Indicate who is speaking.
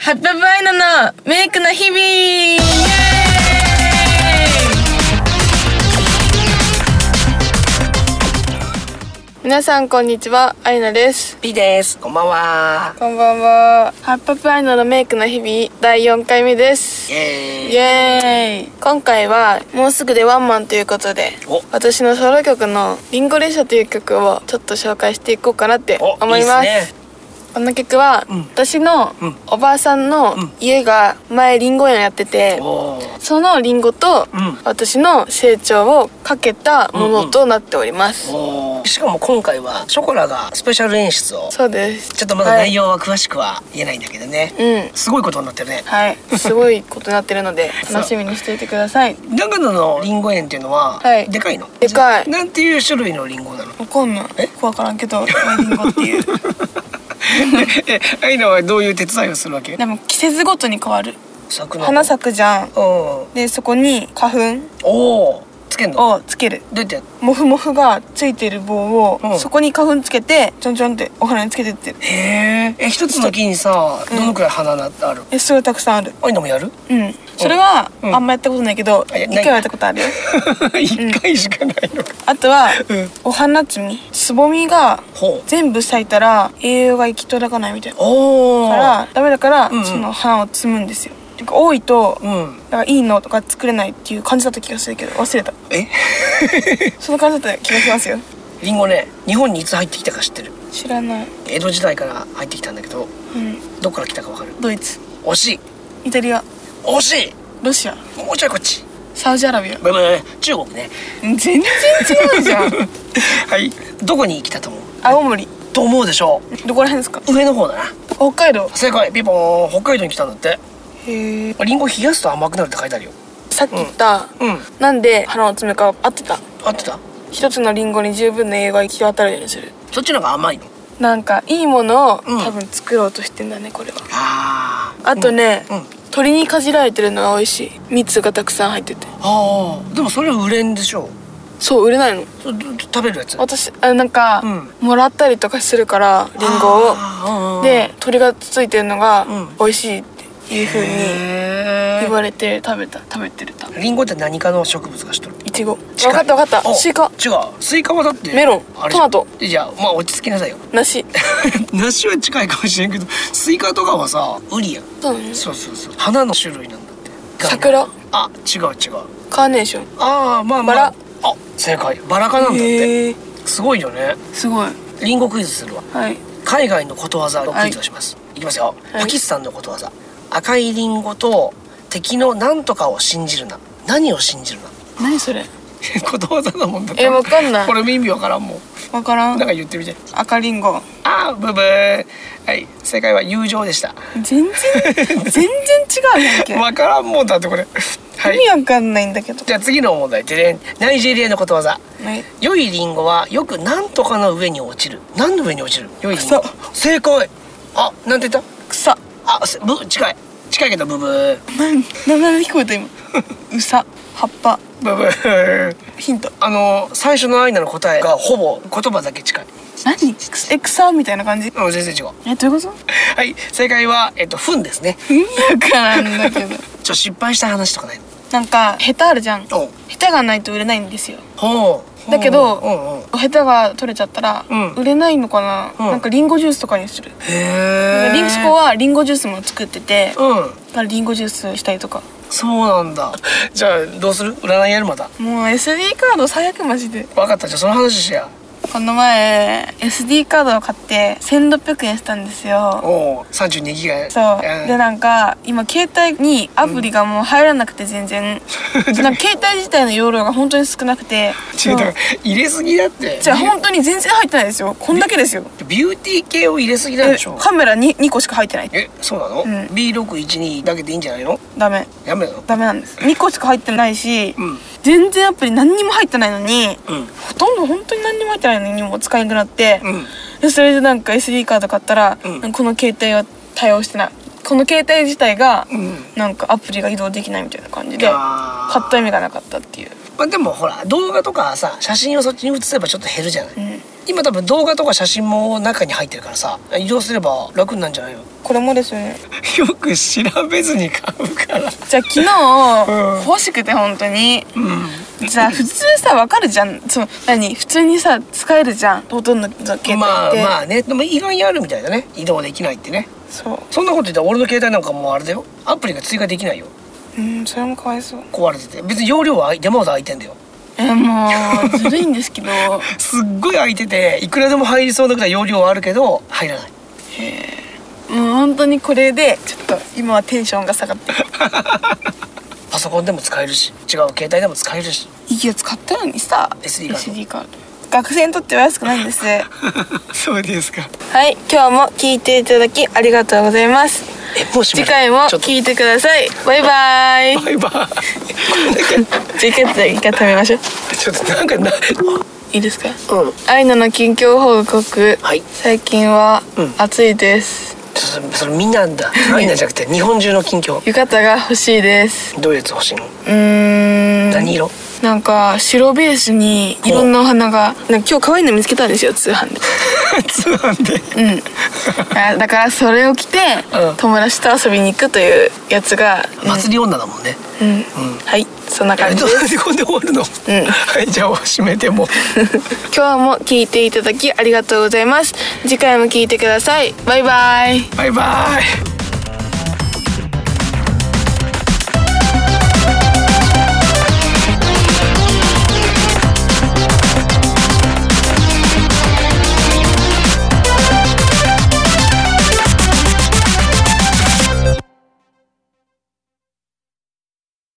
Speaker 1: ハッピーバイナのメイクの日々イエーイ皆さんこんにちは、アイナです。
Speaker 2: ピです。こんばんは。
Speaker 1: こんばんは。ハッピーバイナのメイクの日々第4回目です。
Speaker 2: イ
Speaker 1: イ
Speaker 2: エーイ。
Speaker 1: エーイ今回はもうすぐでワンマンということで
Speaker 2: お
Speaker 1: 私のソロ曲の「リンゴ列車」という曲をちょっと紹介していこうかなって
Speaker 2: お
Speaker 1: 思います
Speaker 2: いいっすね
Speaker 1: この曲は、
Speaker 2: うん
Speaker 1: 私の
Speaker 2: うん
Speaker 1: おばあさんの
Speaker 2: うん
Speaker 1: 家が前リンゴ園をやってて、
Speaker 2: おお。
Speaker 1: そのリンゴと
Speaker 2: うん
Speaker 1: 私の成長をかけたものとなっております、
Speaker 2: おお。しかも今回はショコラがスペシャル演出を。
Speaker 1: そうです
Speaker 2: ちょっとまだ内容は詳しくは言えないんだけどね。
Speaker 1: はい、うん
Speaker 2: すごいことになってるね。
Speaker 1: はいすごいことになってるので
Speaker 2: そう
Speaker 1: 楽しみにしていてください
Speaker 2: 長野のリンゴ園っていうのは、
Speaker 1: はい
Speaker 2: でかいの。
Speaker 1: でかい
Speaker 2: なんていう種類のリンゴなの
Speaker 1: わかんない
Speaker 2: え
Speaker 1: 怖からんけどリンゴって いう
Speaker 2: え、 アイナはどういう手伝いをするわけ
Speaker 1: でも季節ごとに変わる
Speaker 2: 桜。
Speaker 1: 花咲くじゃん
Speaker 2: うん。お
Speaker 1: でそこに花
Speaker 2: おー。つけんの
Speaker 1: 粉をつける
Speaker 2: どうやってやる
Speaker 1: モフモフがついてる棒を、
Speaker 2: うん
Speaker 1: そこに花粉つけてちょんちょんってお花につけてってる
Speaker 2: へえ。え、一つの木にさ、
Speaker 1: うん
Speaker 2: どのくらい花がある
Speaker 1: えすごいたくさんある
Speaker 2: アイナもやる
Speaker 1: うんそれは
Speaker 2: うん
Speaker 1: あんまやったことないけど、
Speaker 2: あいや
Speaker 1: 一
Speaker 2: ない
Speaker 1: 回はやったことあるよ
Speaker 2: 一回しかないのか。
Speaker 1: あとは、
Speaker 2: うん
Speaker 1: お花摘みつぼみが
Speaker 2: ほう。
Speaker 1: 全部咲いたら栄養が行き届かないみたいな
Speaker 2: おお。
Speaker 1: からダメだから、
Speaker 2: うんうん
Speaker 1: その花を摘むんですよなんか多いと、
Speaker 2: う
Speaker 1: だ
Speaker 2: ん。
Speaker 1: からいいのとか作れないっていう感じだった気がするけど忘れた
Speaker 2: え？
Speaker 1: その感じだった気がしますよ
Speaker 2: リンゴね、日本にいつ入ってきたか知ってる。
Speaker 1: 知らない
Speaker 2: 江戸時代から入ってきたんだけど、
Speaker 1: うん
Speaker 2: どっから来たかわかる？
Speaker 1: ドイツ
Speaker 2: 惜しい。
Speaker 1: イタリア
Speaker 2: 惜し
Speaker 1: ロシア
Speaker 2: い。もうちょいこっち。
Speaker 1: サウジアラビア
Speaker 2: ごめんごめんごめん。中国ね。
Speaker 1: 全然違うじゃん
Speaker 2: はい。どこに来たと思う？
Speaker 1: 青森
Speaker 2: と思うでしょ
Speaker 1: どこら辺ですか
Speaker 2: う。上の方だな。
Speaker 1: 北海道
Speaker 2: 正解。ピンポーン。北海道に来たんだって。
Speaker 1: へえ
Speaker 2: リンゴ冷やすと甘くなるって書いてあるよ。
Speaker 1: さっき言った、
Speaker 2: うん。
Speaker 1: なんで花を摘むか合ってた
Speaker 2: 合ってた？
Speaker 1: 一つのリンゴに十分な栄養が行き渡るようにする
Speaker 2: そっちの方が甘いの。
Speaker 1: なんかいいものを
Speaker 2: うん
Speaker 1: 多分作ろうとしてんだねこれは
Speaker 2: ああ。
Speaker 1: あとね、
Speaker 2: うん。うん
Speaker 1: 鳥にかじられてるのは美味しい蜜がたくさん入ってて
Speaker 2: ああ。でもそれは売れんでしょ
Speaker 1: そう売れないの
Speaker 2: う。それど食べるやつ。
Speaker 1: 私あなんか、
Speaker 2: う
Speaker 1: もらったりとかするからリンゴを
Speaker 2: を
Speaker 1: で鳥がついてるのが
Speaker 2: うん
Speaker 1: 美味しいっていう風に
Speaker 2: へ
Speaker 1: 言われて食べた食べてるた
Speaker 2: ーリンゴって何かの植物がしとる
Speaker 1: いちご
Speaker 2: 近
Speaker 1: 分
Speaker 2: い
Speaker 1: かった分かった
Speaker 2: お
Speaker 1: スイカ
Speaker 2: 違うスイカはだって
Speaker 1: メロン
Speaker 2: あれじゃん
Speaker 1: トマ
Speaker 2: じゃあまあ落ち着きなさいよ
Speaker 1: 梨
Speaker 2: 梨は近いかもしれんけどスイカとかはさウリやん
Speaker 1: そうなの
Speaker 2: そうそうそう花の種類なんだって
Speaker 1: 桜
Speaker 2: あ違う違う
Speaker 1: カーネーション
Speaker 2: ああまあま
Speaker 1: バラ
Speaker 2: ああ正解バラ科なんだって
Speaker 1: へえ
Speaker 2: すごいよね
Speaker 1: すごい
Speaker 2: リンゴクイズするわ
Speaker 1: はい
Speaker 2: 海外のことわざのクイズをします、い、きますよ、
Speaker 1: はい
Speaker 2: パキスタンのことわざ赤いリンゴと敵の何とかを信じるな何を信じるな
Speaker 1: 何それ
Speaker 2: ことわざだもんだ
Speaker 1: えわかんない
Speaker 2: これも意味わからんもん
Speaker 1: 分からん
Speaker 2: なんか言ってみて
Speaker 1: 赤リンゴ
Speaker 2: あーブブーはい正解は友情 でした
Speaker 1: 全然全然違うやん け
Speaker 2: わからんもんだってこれはい
Speaker 1: 意味わかんないんだけど
Speaker 2: じゃあ次の問題てれんナイジェリアのことわざ
Speaker 1: はい
Speaker 2: 良いリンゴはよく何とかの上に落ちる何の上に落ちる良いリンゴ正解あなんて言っ
Speaker 1: 草
Speaker 2: たあすぶ近い近いけどブブー
Speaker 1: なんなんなん聞こえた今うさ葉っぱ
Speaker 2: ブブー
Speaker 1: ヒント
Speaker 2: あの最初のアイナの答えがほぼ言葉だけ近い。
Speaker 1: 何草え草みたいな感じ
Speaker 2: うん全然違う。
Speaker 1: えどういうこと
Speaker 2: はい正解はえっと糞ですね。
Speaker 1: 意味わからんだけど
Speaker 2: ちょ失敗した話とかないの。
Speaker 1: なんかヘタあるじゃん
Speaker 2: おう
Speaker 1: ヘタがないと売れないんですよ
Speaker 2: ほう。
Speaker 1: だけど
Speaker 2: うんうん。
Speaker 1: ヘタが取れちゃったら
Speaker 2: うん
Speaker 1: 売れないのかな、
Speaker 2: うん
Speaker 1: なんかリンゴジュースとかにする、
Speaker 2: へえ。
Speaker 1: リンゴはリンゴジュースも作っててだ
Speaker 2: うん。
Speaker 1: からリンゴジュースしたりとか
Speaker 2: そうなんだ。じゃあどうする？占いやるまた。
Speaker 1: もう SD カード最悪マジで
Speaker 2: わかったじゃあその話しや。
Speaker 1: この前 SD カードを買って1600円したんですよ
Speaker 2: おお三十二ギガ。
Speaker 1: そうで
Speaker 2: ん、
Speaker 1: なんか今携帯にアプリがもう入らなくて全然、なんか携帯自体の容量が本当に少なくて
Speaker 2: 違うだから入れすぎだって。
Speaker 1: じゃあ本当に全然入ってないですよこんだけですよ
Speaker 2: ビューティー系を入れすぎなん
Speaker 1: え
Speaker 2: でしょ。
Speaker 1: カメラに2個しか入ってない
Speaker 2: えそうなの
Speaker 1: うん
Speaker 2: ？B 六一二だけでいいんじゃないの？
Speaker 1: ダメ
Speaker 2: やめろ。
Speaker 1: ダメなんです2個しか入ってないし、
Speaker 2: うん
Speaker 1: 全然アプリ何にも入ってないのに
Speaker 2: うん
Speaker 1: ほとんど本当に何にも入ってないのにもう使えなくなって、
Speaker 2: うん。
Speaker 1: でそれでなんか SD カード買ったら、
Speaker 2: うん
Speaker 1: この携帯は対応してないこの携帯自体が、
Speaker 2: うん
Speaker 1: なんかアプリが移動できないみたいな感じで買
Speaker 2: あー
Speaker 1: った意味がなかったっていう、
Speaker 2: まあでもほら動画とかさ写真をそっちに写せばちょっと減るじゃない、
Speaker 1: うん
Speaker 2: 今多分動画とか写真も中に入ってるからさ移動すれば楽になるんじゃないの
Speaker 1: これもですよね
Speaker 2: よく調べずに買うから
Speaker 1: じゃあ昨
Speaker 2: うん
Speaker 1: 日欲しくて本当に
Speaker 2: うん
Speaker 1: じゃあ普通さわかるじゃんその何普通にさ使えるじゃんほとんどの携帯って、
Speaker 2: まあまあねでも意外にあるみたいだね移動できないってね
Speaker 1: そ
Speaker 2: そんなこと言ったら俺の携帯なんかもうあれだよアプリが追加できないよ
Speaker 1: ううんそれもかわいそう
Speaker 2: 壊れてて別に容量は山ほど空いてんだよ
Speaker 1: えもうずるいんですけど
Speaker 2: すっごい空いてていくらでも入りそうなくらい容量はあるけど入らない
Speaker 1: もう本当にこれでちょっと今はテンションが下がって
Speaker 2: パソコンでも使えるし違う携帯でも使えるし
Speaker 1: いや使ったのにさ
Speaker 2: SD カー
Speaker 1: カ
Speaker 2: ド
Speaker 1: ード学生にとっては安くないんですは
Speaker 2: そうですか
Speaker 1: い今日も聞いていただきありがとうございます
Speaker 2: えもう閉
Speaker 1: 次
Speaker 2: める
Speaker 1: 回も
Speaker 2: ちょっと
Speaker 1: 聞いてくださいバイバイ
Speaker 2: バイバイ
Speaker 1: じゃあ一回一回食べましょう
Speaker 2: ちょっとなんかない
Speaker 1: いですか
Speaker 2: うん
Speaker 1: アイナの近況報告
Speaker 2: はい
Speaker 1: 最近は
Speaker 2: うん
Speaker 1: 暑いです、
Speaker 2: ちょっとそれみんなんだみんなじゃなくて日本中の近況
Speaker 1: 浴衣が欲しいです
Speaker 2: どういうやつ欲しいの、
Speaker 1: うーん
Speaker 2: 何 色
Speaker 1: なんか白ベースにいろんなお花がなんか今日可愛いの見つけたんですよ通販で
Speaker 2: 通販で
Speaker 1: うんあだからそれを着て、
Speaker 2: うん
Speaker 1: 友達と遊びに行くというやつが、
Speaker 2: 祭り女だもんね
Speaker 1: うんはいそんな
Speaker 2: あ
Speaker 1: 感
Speaker 2: れ
Speaker 1: じ
Speaker 2: ど
Speaker 1: で
Speaker 2: う
Speaker 1: す
Speaker 2: やってこれで終わるの、はいじゃあ閉めても
Speaker 1: 今日も聞いていただきありがとうございます次回も聞いてくださいバイバイ
Speaker 2: バイバイ